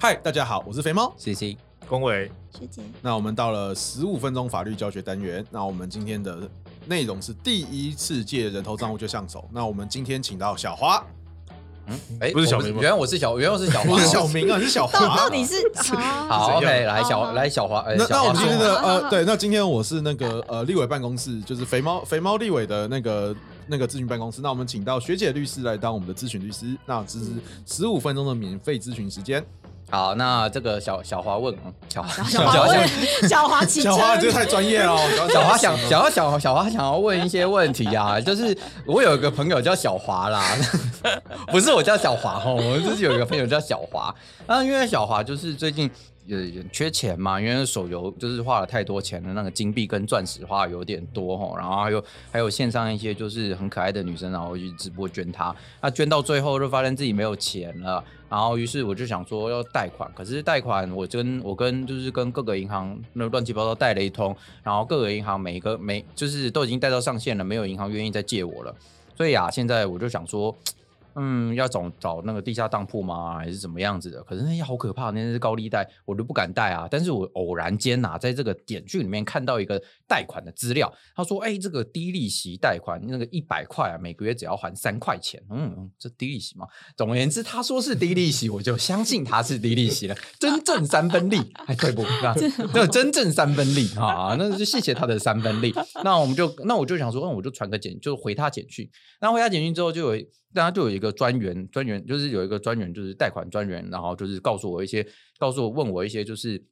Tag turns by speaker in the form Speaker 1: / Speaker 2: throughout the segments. Speaker 1: 嗨，大家好，我是肥猫。
Speaker 2: C C，
Speaker 3: 恭维，
Speaker 4: 学姐，
Speaker 1: 那我们到了十五分钟法律教学单元。那我们今天的内容是第一次借人头账户就上手。那我们今天请到小 花，
Speaker 4: 嗯
Speaker 2: 哎，
Speaker 3: 不是小
Speaker 2: 我们
Speaker 3: 明吗
Speaker 2: 原来我是小，原来我是小
Speaker 1: 不
Speaker 2: 华，
Speaker 1: 是小明啊，是小
Speaker 4: 到
Speaker 1: 花
Speaker 4: 到。底是 好
Speaker 2: 好
Speaker 3: 是谁
Speaker 2: ，OK，来
Speaker 4: 好
Speaker 2: 小
Speaker 4: 好
Speaker 2: 来小华，哎
Speaker 1: 那
Speaker 2: 小
Speaker 1: 那
Speaker 2: 华
Speaker 1: 我们今天的
Speaker 4: 好好
Speaker 1: 呃
Speaker 4: 好
Speaker 1: 对，那今天我是那个呃立委办公室，就是肥猫肥猫立委的那个那个咨询办公室。那我们请到学姐律师来当我们的咨询律师，那这
Speaker 2: 嗯
Speaker 1: 是十五分钟的免费咨询时间。
Speaker 2: 好，那这个小小华问，嗯小华
Speaker 4: 小
Speaker 2: 小
Speaker 4: 华
Speaker 2: 华
Speaker 4: 问小华起
Speaker 1: 小花这个
Speaker 4: 真，
Speaker 1: 太专业了哦，
Speaker 2: 小华想小华想小华想要问一些问题啊，就是我有一个朋友叫小华啦， 不是我叫小华哦，我自己有一个朋友叫小华，那因为小华就是最近。呃，缺钱嘛，因为手游就是花了太多钱了，那个金币跟钻石花的有点多吼，然后还有还有线上一些就是很可爱的女生，然后去直播捐她，那捐到最后就发现自己没有钱了，然后于是我就想说要贷款，可是贷款我跟我跟就是跟各个银行那乱七八糟贷了一通，然后各个银行每一个每就是都已经贷到上限了，没有银行愿意再借我了，所以啊，现在我就想说。嗯，要找找那个地下当铺吗？还是怎么样子的？可是那些好可怕，那些是高利贷，我就不敢贷啊。但是我偶然间呐、在这个简讯里面看到一个贷款的资料，他说：“哎、这个低利息贷款，那个一百块啊，每个月只要还三块钱。嗯”嗯，这低利息嘛。总而言之，他说是低利息，我就相信他是低利息了。真正三分利，哎，对不？那那真正三分利啊，那就谢谢他的三分利。 那我们就那我就想说，那我就传个简，就回他简讯。然后回家简讯之后，就有一大家就有一个专员，专员就是有一个专员，就是贷款专员，然后就是告诉我一些，告诉我问我一些就是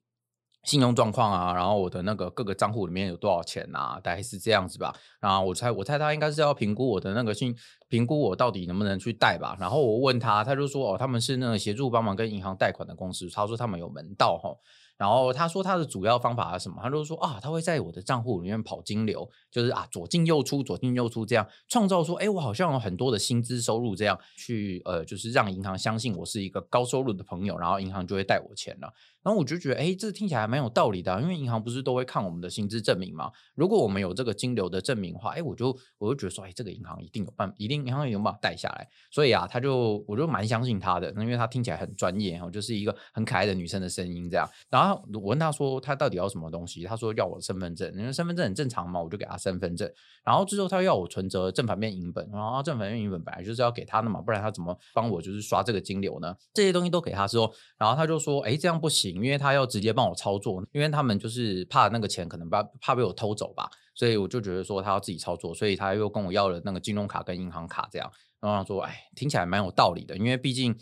Speaker 2: 信用状况啊，然后我的那个各个账户里面有多少钱啊，大概是这样子吧。然后我猜我猜他应该是要评估我的那个信，评估我到底能不能去贷吧。然后我问他，他就说哦，他们是那个协助帮忙跟银行贷款的公司，他说他们有门道吼。然后他说他的主要方法是什么？他就说啊，他会在我的账户里面跑金流，就是啊左进右出，左进右出这样创造说，哎，我好像有很多的薪资收入，这样去呃，就是让银行相信我是一个高收入的朋友，然后银行就会贷我钱了。然后我就觉得，哎，这听起来蛮有道理的啊、因为银行不是都会看我们的薪资证明吗？如果我们有这个金流的证明的话，哎，我就我就觉得说，哎，这个银行一定有办，一定银行有办法贷下来。所以啊，他就我就蛮相信他的，那因为他听起来很专业，哦，就是一个很可爱的女生的声音这样。然后我问他说他到底要什么东西，他说要我的身份证，因为身份证很正常嘛，我就给他身份证。然后之后他要我存折正反面银本，然后正反面银本本来就是要给他的嘛，不然他怎么帮我就是刷这个金流呢？这些东西都给他之后，然后他就说，哎，这样不行，因为他要直接帮我操作，因为他们就是怕那个钱可能怕怕被我偷走吧，所以我就觉得说他要自己操作，所以他又跟我要了那个金融卡跟银行卡这样。然后我想说，哎，听起来蛮有道理的，因为毕竟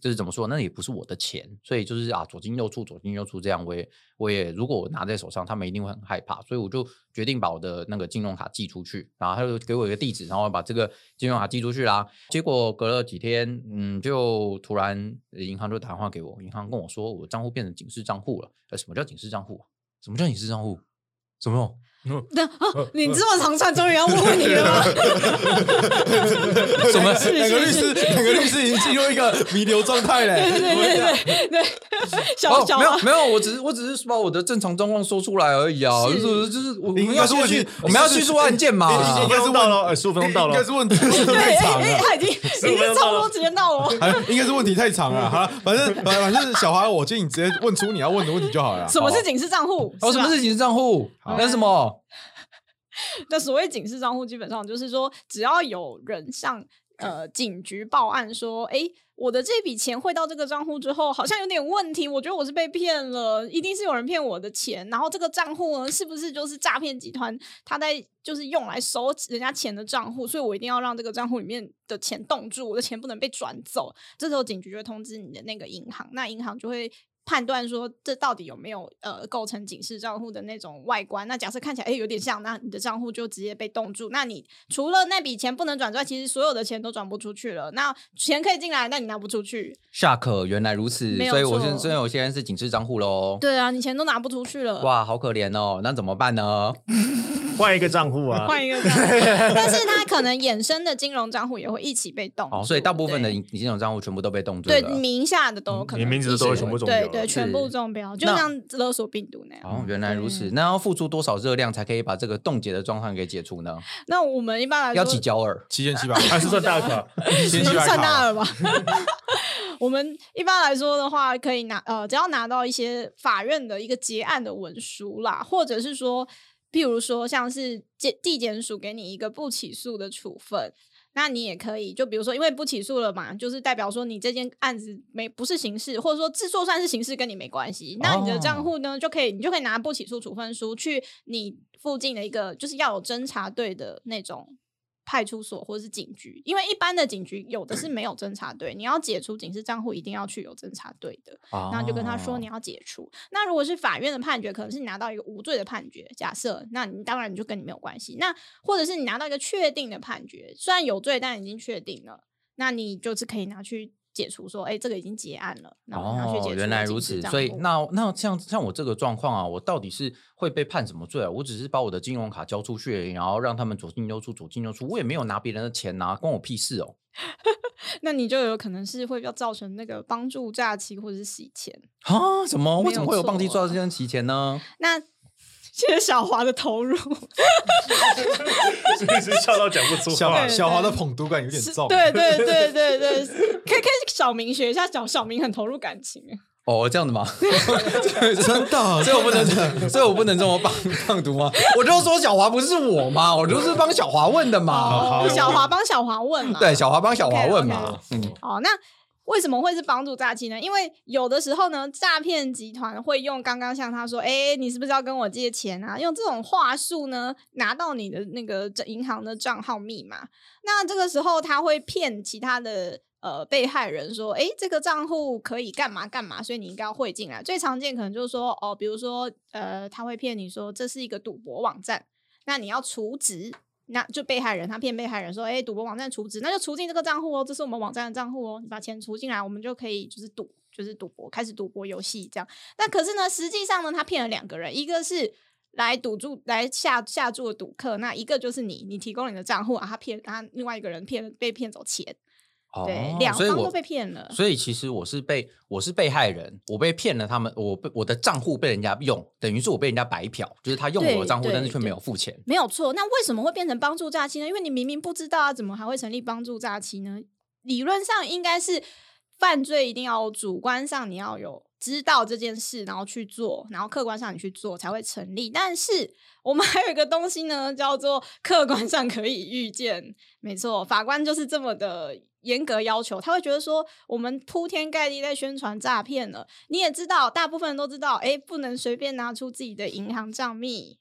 Speaker 2: 就是怎么说，那也不是我的钱，所以就是啊，左进右出，左进右出这样，我也我也如果我拿在手上，他们一定会很害怕，所以我就决定把我的那个金融卡寄出去，然后他就给我一个地址，然后把这个金融卡寄出去啦。结果隔了几天，嗯，就突然呃银行就打电话给我，银行跟我说我账户变成警示账户了。呃，什么叫警示账户啊？什么叫警示账户？什么？
Speaker 4: 对啊，你这么长串，终于要问你了吗？
Speaker 2: 什么？
Speaker 4: 是
Speaker 1: 两个律
Speaker 4: 是
Speaker 1: 师，
Speaker 4: 是，
Speaker 1: 两个律师已经进入一个弥留状态嘞。
Speaker 4: 对对对对对，小
Speaker 2: 哦，
Speaker 4: 小
Speaker 2: 没
Speaker 4: 华
Speaker 2: 有没有，我只是我只是把我的正常状况说出来而已啊，就是是就是我
Speaker 1: 你
Speaker 2: 们
Speaker 1: 应
Speaker 2: 要
Speaker 1: 该是
Speaker 2: 叙
Speaker 1: 问
Speaker 2: 述
Speaker 1: 你
Speaker 2: 我们要叙述案件嘛，
Speaker 1: 你
Speaker 3: 应该是问到了，呃，十五分钟到
Speaker 1: 应该
Speaker 3: 了
Speaker 1: 是，问题太
Speaker 4: 对，
Speaker 1: 长
Speaker 4: 哎哎，
Speaker 1: 了。
Speaker 4: 他已经已
Speaker 3: 五分
Speaker 4: 经
Speaker 3: 钟
Speaker 4: 差
Speaker 3: 到
Speaker 4: 不
Speaker 3: 了
Speaker 4: 多直接到我，
Speaker 1: 还应该是问题太长了，好了，反正反反正小华，我建议你直接问出你要问的问题就好了。
Speaker 4: 什么
Speaker 1: 好
Speaker 4: 是警示账户？
Speaker 2: 哦，
Speaker 4: 是
Speaker 2: 什
Speaker 4: 吧
Speaker 2: 么是警示账户？
Speaker 1: 好
Speaker 2: 那是什么？
Speaker 4: 那所谓警示账户，基本上就是说，只要有人向呃警局报案说，哎、我的这笔钱汇到这个账户之后，好像有点问题，我觉得我是被骗了，一定是有人骗我的钱。然后这个账户呢，是不是就是诈骗集团他在就是用来收人家钱的账户？所以我一定要让这个账户里面的钱冻住，我的钱不能被转走。这时候警局就会通知你的那个银行，那银行就会。判断说这到底有没有呃构成警示账户的那种外观？那假设看起来哎、诶有点像，那你的账户就直接被冻住。那你除了那笔钱不能转出来，其实所有的钱都转不出去了。那钱可以进来，但你拿不出去。
Speaker 2: 下课原来如此，
Speaker 4: 没有
Speaker 2: 所以我
Speaker 4: 错
Speaker 2: 现所以我现在是警示账户喽。
Speaker 4: 对啊，你钱都拿不出去了。
Speaker 2: 哇，好可怜哦，那怎么办呢？
Speaker 3: 换一个账户啊，
Speaker 4: 换一个账户，但是它可能衍生的金融账户也会一起被冻住、
Speaker 2: 哦，所以大部分的
Speaker 4: 对
Speaker 2: 你你这种账户全部都被冻住
Speaker 4: 对
Speaker 2: 了。嗯
Speaker 4: 名下的都有可能，
Speaker 3: 你名字都会全部中标
Speaker 4: 对
Speaker 3: 了，
Speaker 4: 对，全部中标，就
Speaker 2: 那
Speaker 4: 像勒索病毒那样。
Speaker 2: 哦，原来如此
Speaker 4: 嗯对。
Speaker 2: 那要付出多少热量才可以把这个冻结的状况给解除呢？
Speaker 4: 那我们一般来说
Speaker 2: 要几焦耳？
Speaker 1: 七千七百，
Speaker 3: 还是算大卡，
Speaker 1: 七千
Speaker 4: 你
Speaker 1: 七
Speaker 4: 们
Speaker 1: 百
Speaker 4: 算大
Speaker 1: 卡。
Speaker 4: 了吧？ 我们一般来说的话，可以拿呃，只要拿到一些法院的一个结案的文书啦，或者是说，譬如说像是检地检署给你一个不起诉的处分。那你也可以，就比如说，因为不起诉了嘛，就是代表说你这件案子没不是刑事，或者说自就算是刑事跟你没关系。那你的账户呢，就可以你就可以拿不起诉处分书去你附近的一个就是要有侦查队的那种派出所或者是警局，因为一般的警局有的是没有侦查队，你要解除警示账户一定要去有侦查队的，
Speaker 2: 啊
Speaker 4: 然后就跟他说你要解除。那如果是法院的判决，可能是你拿到一个无罪的判决，假设那你当然你就跟你没有关系。那或者是你拿到一个确定的判决，虽然有罪但已经确定了，那你就是可以拿去。解除说，哎、这个已经结案了，然后拿去解除
Speaker 2: 哦，原来如
Speaker 4: 警
Speaker 2: 此
Speaker 4: 示，账
Speaker 2: 所以
Speaker 4: 户
Speaker 2: 那那像像我这个状况啊，我到底是会被判什么罪啊？我只是把我的金融卡交出去，然后让他们左进右出，左进右出，我也没有拿别人的钱呐、关我屁事哦。
Speaker 4: 那你就有可能是会要造成那个帮助诈欺或者是洗钱。
Speaker 2: 啊？怎么？
Speaker 4: 没有
Speaker 2: 为什么会有
Speaker 4: 错
Speaker 2: 放弃
Speaker 4: 啊
Speaker 2: 抓这件提钱呢？
Speaker 4: 那 谢谢小华的投入，
Speaker 3: 一直笑到讲不出
Speaker 1: 小
Speaker 3: 话
Speaker 1: 华
Speaker 4: 对。
Speaker 1: 小华的捧读感有点
Speaker 4: 是
Speaker 1: 重，
Speaker 4: 对对对对对，可以跟小明学一下，小小明很投入感情。
Speaker 2: 哦，这样 子吗？
Speaker 1: 真的，
Speaker 2: 所以我不能，所以我不能这么棒棒读吗？我就说小华不是我嘛，我就是帮小华问的嘛。
Speaker 3: 好好
Speaker 4: 小华帮小华问嘛。
Speaker 2: 对，小华帮小华问嘛
Speaker 4: OK，OK。
Speaker 2: 嗯，
Speaker 4: 好，那为什么会是帮助诈欺呢？因为有的时候呢，诈骗集团会用刚刚像他说，哎、你是不是要跟我借钱啊？用这种话术呢，拿到你的那个银行的账号密码。那这个时候他会骗其他的。呃，被害人说：“哎，这个账户可以干嘛干嘛，所以你应该要汇进来。”最常见可能就是说，哦，比如说，呃，他会骗你说这是一个赌博网站，那你要除值，那就被害人他骗被害人说，哎、赌博网站除值，那就除进这个账户哦，这是我们网站的账户哦，你把钱除进来，我们就可以就是赌，就是赌博，开始赌博游戏这样。但可是呢，实际上呢，他骗了两个人，一个是。来赌注来下下注的赌客，那一个就是你，你提供你的账户啊，他骗他另外一个人骗被骗走钱，对
Speaker 2: 哦，
Speaker 4: 两
Speaker 2: 所以
Speaker 4: 方
Speaker 2: 我
Speaker 4: 都被骗了
Speaker 2: 所以其实我是被我是被害人，我被骗了，他们我被我的账户被人家用，等于是我被人家白嫖，就是他用我的
Speaker 4: 对
Speaker 2: 账户，
Speaker 4: 对
Speaker 2: 但是却
Speaker 4: 对
Speaker 2: 没有付钱。
Speaker 4: 没有错。那为什么会变成帮助诈欺呢？因为你明明不知道啊，怎么还会成立帮助诈欺呢？理论上应该是犯罪一定要有主观上你要有知道这件事，然后去做，然后客观上你去做才会成立。但是我们还有一个东西呢，叫做客观上可以预见。没错，法官就是这么的严格要求，他会觉得说我们铺天盖地在宣传诈骗了。你也知道，大部分人都知道，哎，不能随便拿出自己的银行账密，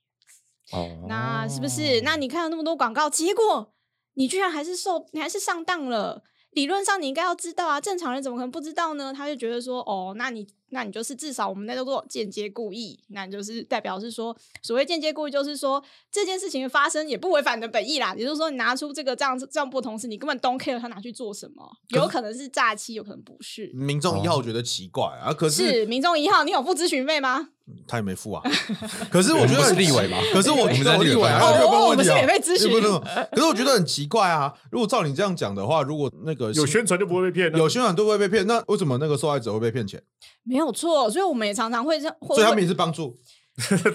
Speaker 2: 哦
Speaker 4: 那是不是？那你看了那么多广告，结果你居然还是受，你还是上当了。理论上你应该要知道啊，正常人怎么可能不知道呢？他就觉得说，哦，那你那你就是至少我们那叫做间接故意，那你就是代表是说，所谓间接故意就是说这件事情的发生也不违反你的本意啦。也就是说，你拿出这个账账簿同时，你根本 don't care 他拿去做什么，有可能是诈欺，有可能不是。
Speaker 1: 民众一号觉得奇怪啊，可
Speaker 4: 哦是民众一号，你有付咨询费吗？
Speaker 1: 他也没付啊。可是我觉得很
Speaker 2: 我们不是立委吗
Speaker 1: 可是我觉得
Speaker 2: 我们是立委
Speaker 1: 委啊，
Speaker 2: 吗
Speaker 1: 那就不要问题啊
Speaker 4: 哦我们是免费咨询
Speaker 1: 不是不是可是我觉得很奇怪啊，如果照你这样讲的话，如果那个
Speaker 3: 有宣传就不会被骗了。
Speaker 1: 有宣传都会被骗，那为什么那个受害者会被骗钱？
Speaker 4: 没有错，所以我们也常常会让，
Speaker 1: 所以他们也是帮助，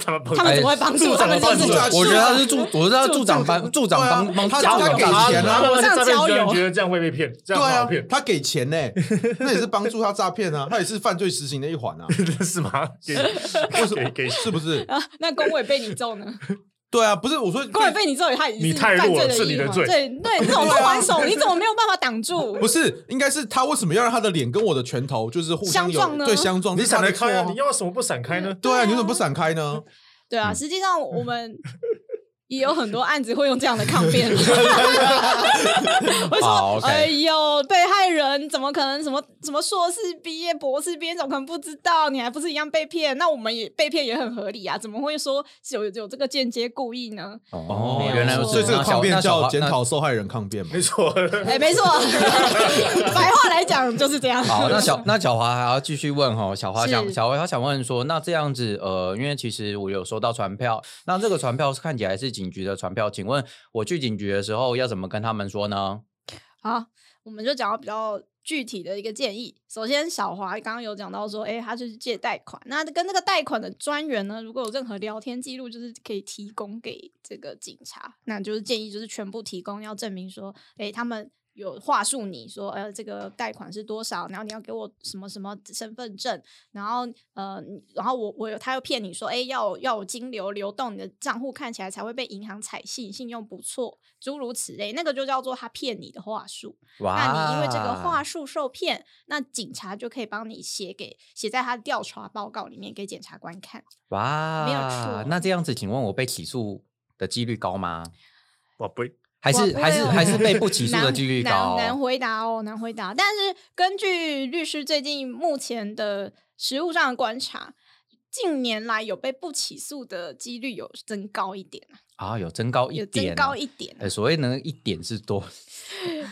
Speaker 3: 他们
Speaker 4: 他们怎么会帮助？他们哎就是
Speaker 1: 助长
Speaker 2: 我觉得他是助，我知道助长帮助长
Speaker 1: 对啊
Speaker 2: 帮帮
Speaker 1: 他
Speaker 2: 家
Speaker 1: 他
Speaker 2: 长
Speaker 1: 给
Speaker 2: 帮
Speaker 1: 钱啊
Speaker 3: 他们
Speaker 4: 上
Speaker 3: 诈骗
Speaker 4: 交
Speaker 3: 集
Speaker 4: 友
Speaker 3: 团觉得这样会被骗，这
Speaker 1: 对
Speaker 3: 样不好
Speaker 1: 啊
Speaker 3: 骗，，
Speaker 1: 他给钱呢，那也是帮助他诈骗啊，他也是犯罪实行的一环啊，
Speaker 3: 是吗？给
Speaker 1: 为什么
Speaker 3: 给给
Speaker 1: 是不是？
Speaker 4: 啊，那公委被你揍呢？
Speaker 1: 对啊，不是我说
Speaker 4: 公委被你揍，他已经
Speaker 3: 你太
Speaker 4: 犯
Speaker 3: 弱
Speaker 4: 罪
Speaker 3: 了
Speaker 4: 的
Speaker 3: 是
Speaker 4: 一
Speaker 3: 你的
Speaker 4: 环
Speaker 3: 罪啊
Speaker 4: 对对，这种不 还手，你怎么没有办法挡住？
Speaker 1: 不是，应该是他为什么要让他的脸跟我的拳头就是互相有
Speaker 4: 相撞呢
Speaker 1: 对相撞？
Speaker 3: 你
Speaker 1: 这是他
Speaker 3: 闪
Speaker 1: 的
Speaker 3: 得开
Speaker 1: 错
Speaker 3: 啊！你要什么不闪开呢？
Speaker 1: 对啊，你怎么不闪开呢？
Speaker 4: 对
Speaker 2: 嗯
Speaker 4: 啊，实际上 我们也有很多案子会用这样的抗辩。 会
Speaker 2: 好，OK
Speaker 4: 说，哎呦，被害人怎么可能什么什么硕士毕业、博士毕业，怎么可能不知道？你还不是一样被骗？那我们也被骗也很合理啊，怎么会说有有这个间接故意呢？
Speaker 2: 哦
Speaker 4: 没有
Speaker 2: 原来如
Speaker 4: 错
Speaker 2: 此
Speaker 1: 啊所以这个
Speaker 2: 那小
Speaker 1: 抗辩
Speaker 2: 那小
Speaker 1: 叫
Speaker 2: 华
Speaker 1: 检
Speaker 2: 那
Speaker 1: 讨受害人抗辩嘛
Speaker 3: 没？错，
Speaker 4: 哎，没错， 白话来讲就是这样。
Speaker 2: 好，那小那小华还要继续问哦，小华想
Speaker 4: 是
Speaker 2: 小华他想问说，那这样子呃，因为其实我有收到传票，那这个传票是看起来是警局的传票，请问我去警局的时候要怎么跟他们说呢？
Speaker 4: 好，我们就讲到比较具体的一个建议。首先，小华刚刚有讲到说，哎、他就是借贷款，那跟那个贷款的专员呢，如果有任何聊天记录，就是可以提供给这个警察。那就是建议就是全部提供，要证明说，哎、他们。有话术你说，呃，这个贷款是多少？然后你要给我什么什么身份证？然后呃，你然后我我有他又骗你说，哎，要有要有金流流动，你的账户看起来才会被银行采信，信用不错，诸如此类，那个就叫做他骗你的话术。那你因为这个话术受骗，那警察就可以帮你写给写在他的调查报告里面给检察官看。
Speaker 2: 哇，
Speaker 4: 没有错
Speaker 2: 那这样子，请问我被起诉的几率高吗？
Speaker 3: 宝贝，
Speaker 2: 还
Speaker 4: 哇
Speaker 2: 是
Speaker 4: 不
Speaker 2: 还
Speaker 4: 会
Speaker 2: 是
Speaker 4: 哦
Speaker 2: 还是 被不起诉的几率高
Speaker 4: 难难？难回答哦，难回答。但是根据律师最近目前的实务上的观察，近年来有被不起诉的几率有增高一点啊，
Speaker 2: 啊，有增高一
Speaker 4: 有增
Speaker 2: 点啊，
Speaker 4: 高一点啊、
Speaker 2: 呃，所谓呢一点是 多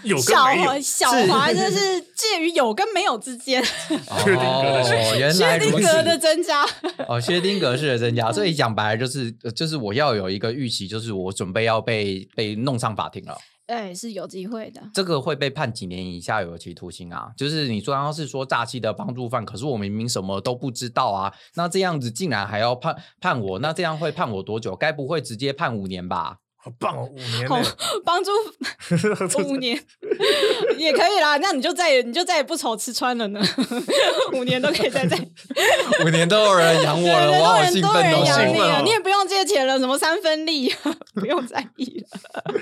Speaker 3: 有跟
Speaker 4: 小
Speaker 3: 没
Speaker 4: 华
Speaker 3: 有？
Speaker 4: 小
Speaker 2: 是
Speaker 4: 华就是介于有跟没有之间，
Speaker 3: 薛定谔的事
Speaker 2: 哦，原来
Speaker 4: 薛定
Speaker 2: 如
Speaker 4: 谔的
Speaker 2: 此
Speaker 4: 增加。
Speaker 2: 哦，薛定谔式的增加，所以讲白了就是呃就是我要有一个预期，就是我准备要被被弄上法庭了，
Speaker 4: 哎，是有机会的。
Speaker 2: 这个会被判几年以下有期徒刑啊。就是你刚刚是说诈欺的帮助犯，可是我明明什么都不知道啊，那这样子竟然还要判判我，那这样会判我多久？该不会直接判五年吧？
Speaker 3: 好棒哦，五年
Speaker 4: 好
Speaker 3: 呢，
Speaker 4: 帮助五年 也可以啦，那你就再也你就再也不愁吃穿了呢， 五年都可以在 这里，
Speaker 2: 五年都有人养我
Speaker 4: 对
Speaker 2: 了，
Speaker 4: 对
Speaker 2: 我好
Speaker 4: 多人
Speaker 2: 兴
Speaker 4: 多
Speaker 2: 奋
Speaker 4: 人养
Speaker 2: 哦！
Speaker 4: 你
Speaker 3: 兴奋
Speaker 4: 了，
Speaker 3: 哦
Speaker 4: 你也不用借钱了，什么三分利， 不用在意了。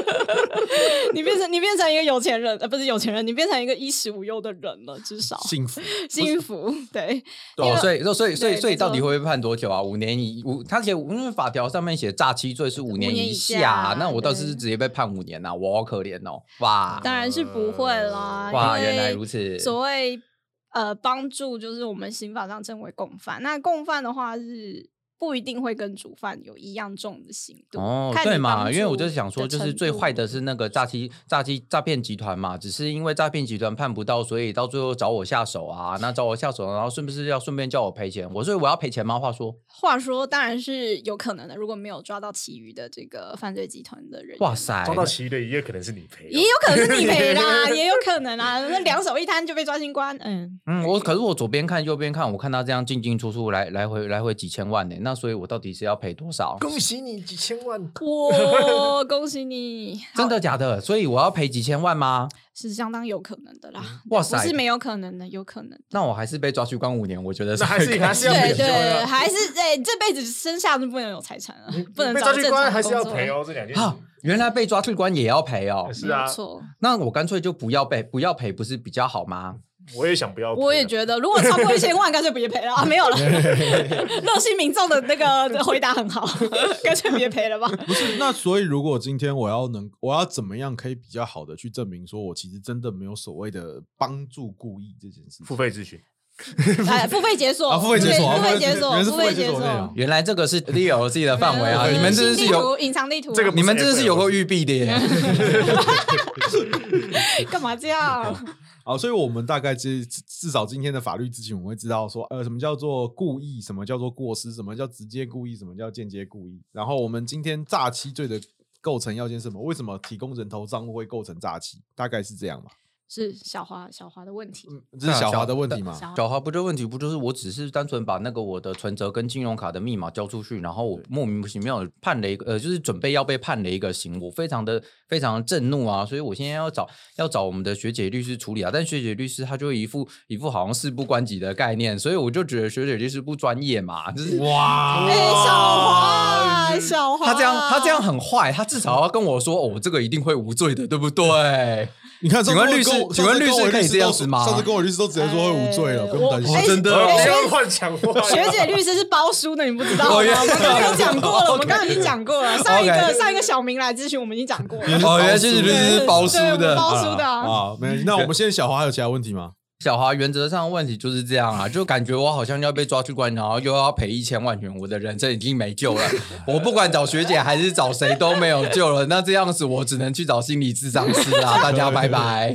Speaker 4: 你变成你变成一个有钱人，呃，不是有钱人，你变成一个衣食无忧的人了，至少
Speaker 1: 幸福。
Speaker 4: 幸福。对，
Speaker 2: 哦，所以所以所以
Speaker 4: 对
Speaker 2: 所以
Speaker 4: 没
Speaker 2: 到底
Speaker 4: 错
Speaker 2: 会不会判多久啊？五年以五，他写因为法条上面写诈欺罪是五年
Speaker 4: 年以
Speaker 2: 下，
Speaker 4: 下
Speaker 2: 那我倒是
Speaker 4: 对
Speaker 2: 直接被判五年呐、我好可怜哦！哇
Speaker 4: 当然是不会啦，
Speaker 2: 哇，
Speaker 4: 因为
Speaker 2: 原来如此，
Speaker 4: 所谓呃帮助，就是我们刑法上称为共犯。那共犯的话是不一定会跟主犯有一样重的刑度。
Speaker 2: 哦，
Speaker 4: 看你
Speaker 2: 对嘛，
Speaker 4: 帮
Speaker 2: 因为我
Speaker 4: 助
Speaker 2: 就想说，
Speaker 4: 的
Speaker 2: 就是
Speaker 4: 程
Speaker 2: 最
Speaker 4: 度
Speaker 2: 坏的是那个诈欺、诈欺、诈骗集团嘛，只是因为诈骗集团判不到，所以到最后找我下手啊，那找我下手，然后是不是要顺便叫我赔钱？我说我要赔钱吗？话说，
Speaker 4: 话说，当然是有可能的，如果没有抓到其余的这个犯罪集团的人员，
Speaker 2: 哇塞，
Speaker 3: 抓到其余的也有可能是你赔哦，
Speaker 4: 也有可能是你赔啦， 也有可能啦，那两手一摊就被抓进关，嗯。
Speaker 2: 嗯，我可是我左边看右边看，我看他这样进进出出来来回来回几千万呢，那所以我到底是要赔多少？
Speaker 3: 恭喜你几千万，
Speaker 4: 哇，恭喜你，
Speaker 2: 真的假的？所以我要赔几千万吗？
Speaker 4: 是相当有可能的啦。
Speaker 2: 哇
Speaker 4: 不
Speaker 2: 塞
Speaker 4: 是没有可能的，有可能。
Speaker 2: 那我还是被抓去关五年，我觉得是
Speaker 3: 那还是还是要
Speaker 4: 对
Speaker 3: 赔
Speaker 4: 对，
Speaker 3: 的啊。
Speaker 4: 还是哎、这辈子生下就不能有财产了，不能
Speaker 3: 被
Speaker 4: 找
Speaker 3: 抓去
Speaker 4: 正
Speaker 3: 关
Speaker 4: 常
Speaker 3: 还是
Speaker 4: 工
Speaker 3: 要
Speaker 4: 作
Speaker 3: 赔哦，这两件事
Speaker 2: 啊，原来被抓去关也要赔哦。
Speaker 3: 是
Speaker 4: 没有
Speaker 3: 啊，
Speaker 4: 错，
Speaker 2: 那我干脆就不要被不要赔，不是比较好吗？
Speaker 3: 我也想不要赔啊，
Speaker 4: 我也觉得，如果超过一千万，干脆别赔了啊！没有了，热心民众的那个回答很好， 干脆别赔了吧。
Speaker 1: 不是，那所以如果今天我要能，我要怎么样可以比较好的去证明说我其实真的没有所谓的帮助故意这件事情？
Speaker 3: 付费咨询，
Speaker 4: 哎，付费解锁，
Speaker 1: 啊，付费解锁啊，
Speaker 4: 付费解
Speaker 1: 原
Speaker 4: 锁，
Speaker 1: 来是
Speaker 4: 付
Speaker 1: 付
Speaker 4: 费
Speaker 1: 费解
Speaker 4: 锁
Speaker 1: 锁内容。
Speaker 2: 原来这个是 DLC 的范围啊！你们真的是
Speaker 4: 新地
Speaker 2: 有
Speaker 4: 图，隐藏地图啊，
Speaker 3: 这个
Speaker 2: 你们真的是有过玉璧的耶。
Speaker 4: 干嘛这样？
Speaker 1: 好，所以我们大概至至少今天的法律咨询，我们会知道说，呃，什么叫做故意，什么叫做过失，什么叫直接故意，什么叫间接故意。然后我们今天诈欺罪的构成要件是什么？为什么提供人头账户会构成诈欺？大概是这样嘛？
Speaker 4: 是小华小华的问题，
Speaker 1: 嗯，这是
Speaker 2: 那
Speaker 1: 小
Speaker 2: 啊小
Speaker 1: 华的问题嘛？
Speaker 4: 小华
Speaker 2: 小豪不就问题不就是我只是单纯把那个我的存折跟信用卡的密码交出去，然后我莫名其妙地判了一个呃，就是准备要被判了一个刑，我非常的非常地震怒啊，所以我现在要找要找我们的学姐律师处理啊，但学姐律师她就一副一副好像事不关己的概念，所以我就觉得学姐律师不专业嘛，就是
Speaker 1: 哇
Speaker 4: 哎，小华小华，
Speaker 2: 她这样她这样很坏，她至少要跟我说哦，我这个一定会无罪的，对不对？
Speaker 1: 你看，
Speaker 2: 请问
Speaker 1: 上次
Speaker 2: 律师
Speaker 1: 跟我
Speaker 2: 请问
Speaker 1: 上次跟我
Speaker 2: 律师可以
Speaker 1: 律
Speaker 2: 这样
Speaker 1: 都
Speaker 2: 子吗
Speaker 1: 上次跟我律师都直接说会无罪了，
Speaker 4: 哎
Speaker 1: 不用担心。
Speaker 4: 我哎真的
Speaker 3: 哦
Speaker 4: 哎
Speaker 3: 不
Speaker 4: 学
Speaker 3: 要乱讲话，
Speaker 4: 学姐律师是包书的，你不知道吗？
Speaker 2: 哦
Speaker 4: 我们
Speaker 2: 原来
Speaker 4: 刚刚有讲过了，我们刚刚已经讲过了。上一个
Speaker 2: OK
Speaker 4: 上一个小明来咨询，我们已经讲过了。
Speaker 2: 哦，原来学姐律师是包
Speaker 4: 对
Speaker 2: 输
Speaker 4: 对我们
Speaker 2: 的，
Speaker 4: 包输的啊。
Speaker 1: 啊，没问题。那我们现在小华还有其他问题吗？
Speaker 2: 小华原则上问题就是这样啊，就感觉我好像要被抓去关，然后又要赔一千万元，我的人生已经没救了。我不管找学姐还是找谁都没有救了，那这样子我只能去找心理咨商师啦。大家拜拜。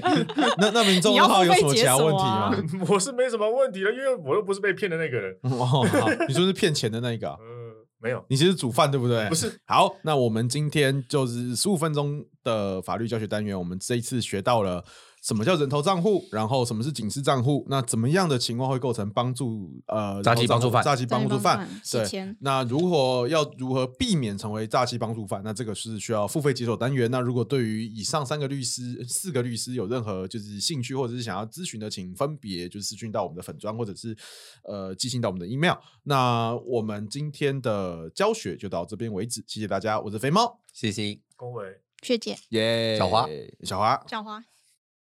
Speaker 1: 那那民众
Speaker 4: 你要
Speaker 1: 的话有
Speaker 4: 付费
Speaker 1: 什么其
Speaker 4: 解
Speaker 1: 他
Speaker 4: 锁
Speaker 1: 问题
Speaker 4: 啊
Speaker 1: 吗？
Speaker 3: 我是没什么问题了，因为我又不是被骗的那个人。
Speaker 1: 哦，好你说是骗钱的那个啊、
Speaker 3: 嗯，没有，
Speaker 1: 你其实煮饭对不对？
Speaker 3: 不是
Speaker 1: 好，那我们今天就是十五分钟的法律教学单元，我们这一次学到了什么叫人头账户，然后什么是警示账户，那怎么样的情况会构成帮助呃
Speaker 2: 诈欺
Speaker 1: 人头账
Speaker 2: 帮助
Speaker 1: 户
Speaker 2: 犯
Speaker 1: 诈欺帮助犯，
Speaker 4: 诈欺帮助犯洗
Speaker 1: 对
Speaker 4: 钱，
Speaker 1: 那如何要如何避免成为诈欺帮助犯？那这个是需要付费解锁单元。那如果对于以上三个律师、四个律师有任何就是兴趣或者是想要咨询的，请分别就是私讯到我们的粉砖或者是呃寄信到我们的 email。那我们今天的教学就到这边为止， 谢谢大家，我是肥猫，
Speaker 2: 谢谢。
Speaker 3: 恭维。
Speaker 4: 学姐，
Speaker 1: 耶
Speaker 2: 小花，
Speaker 1: 小花，
Speaker 4: 小花。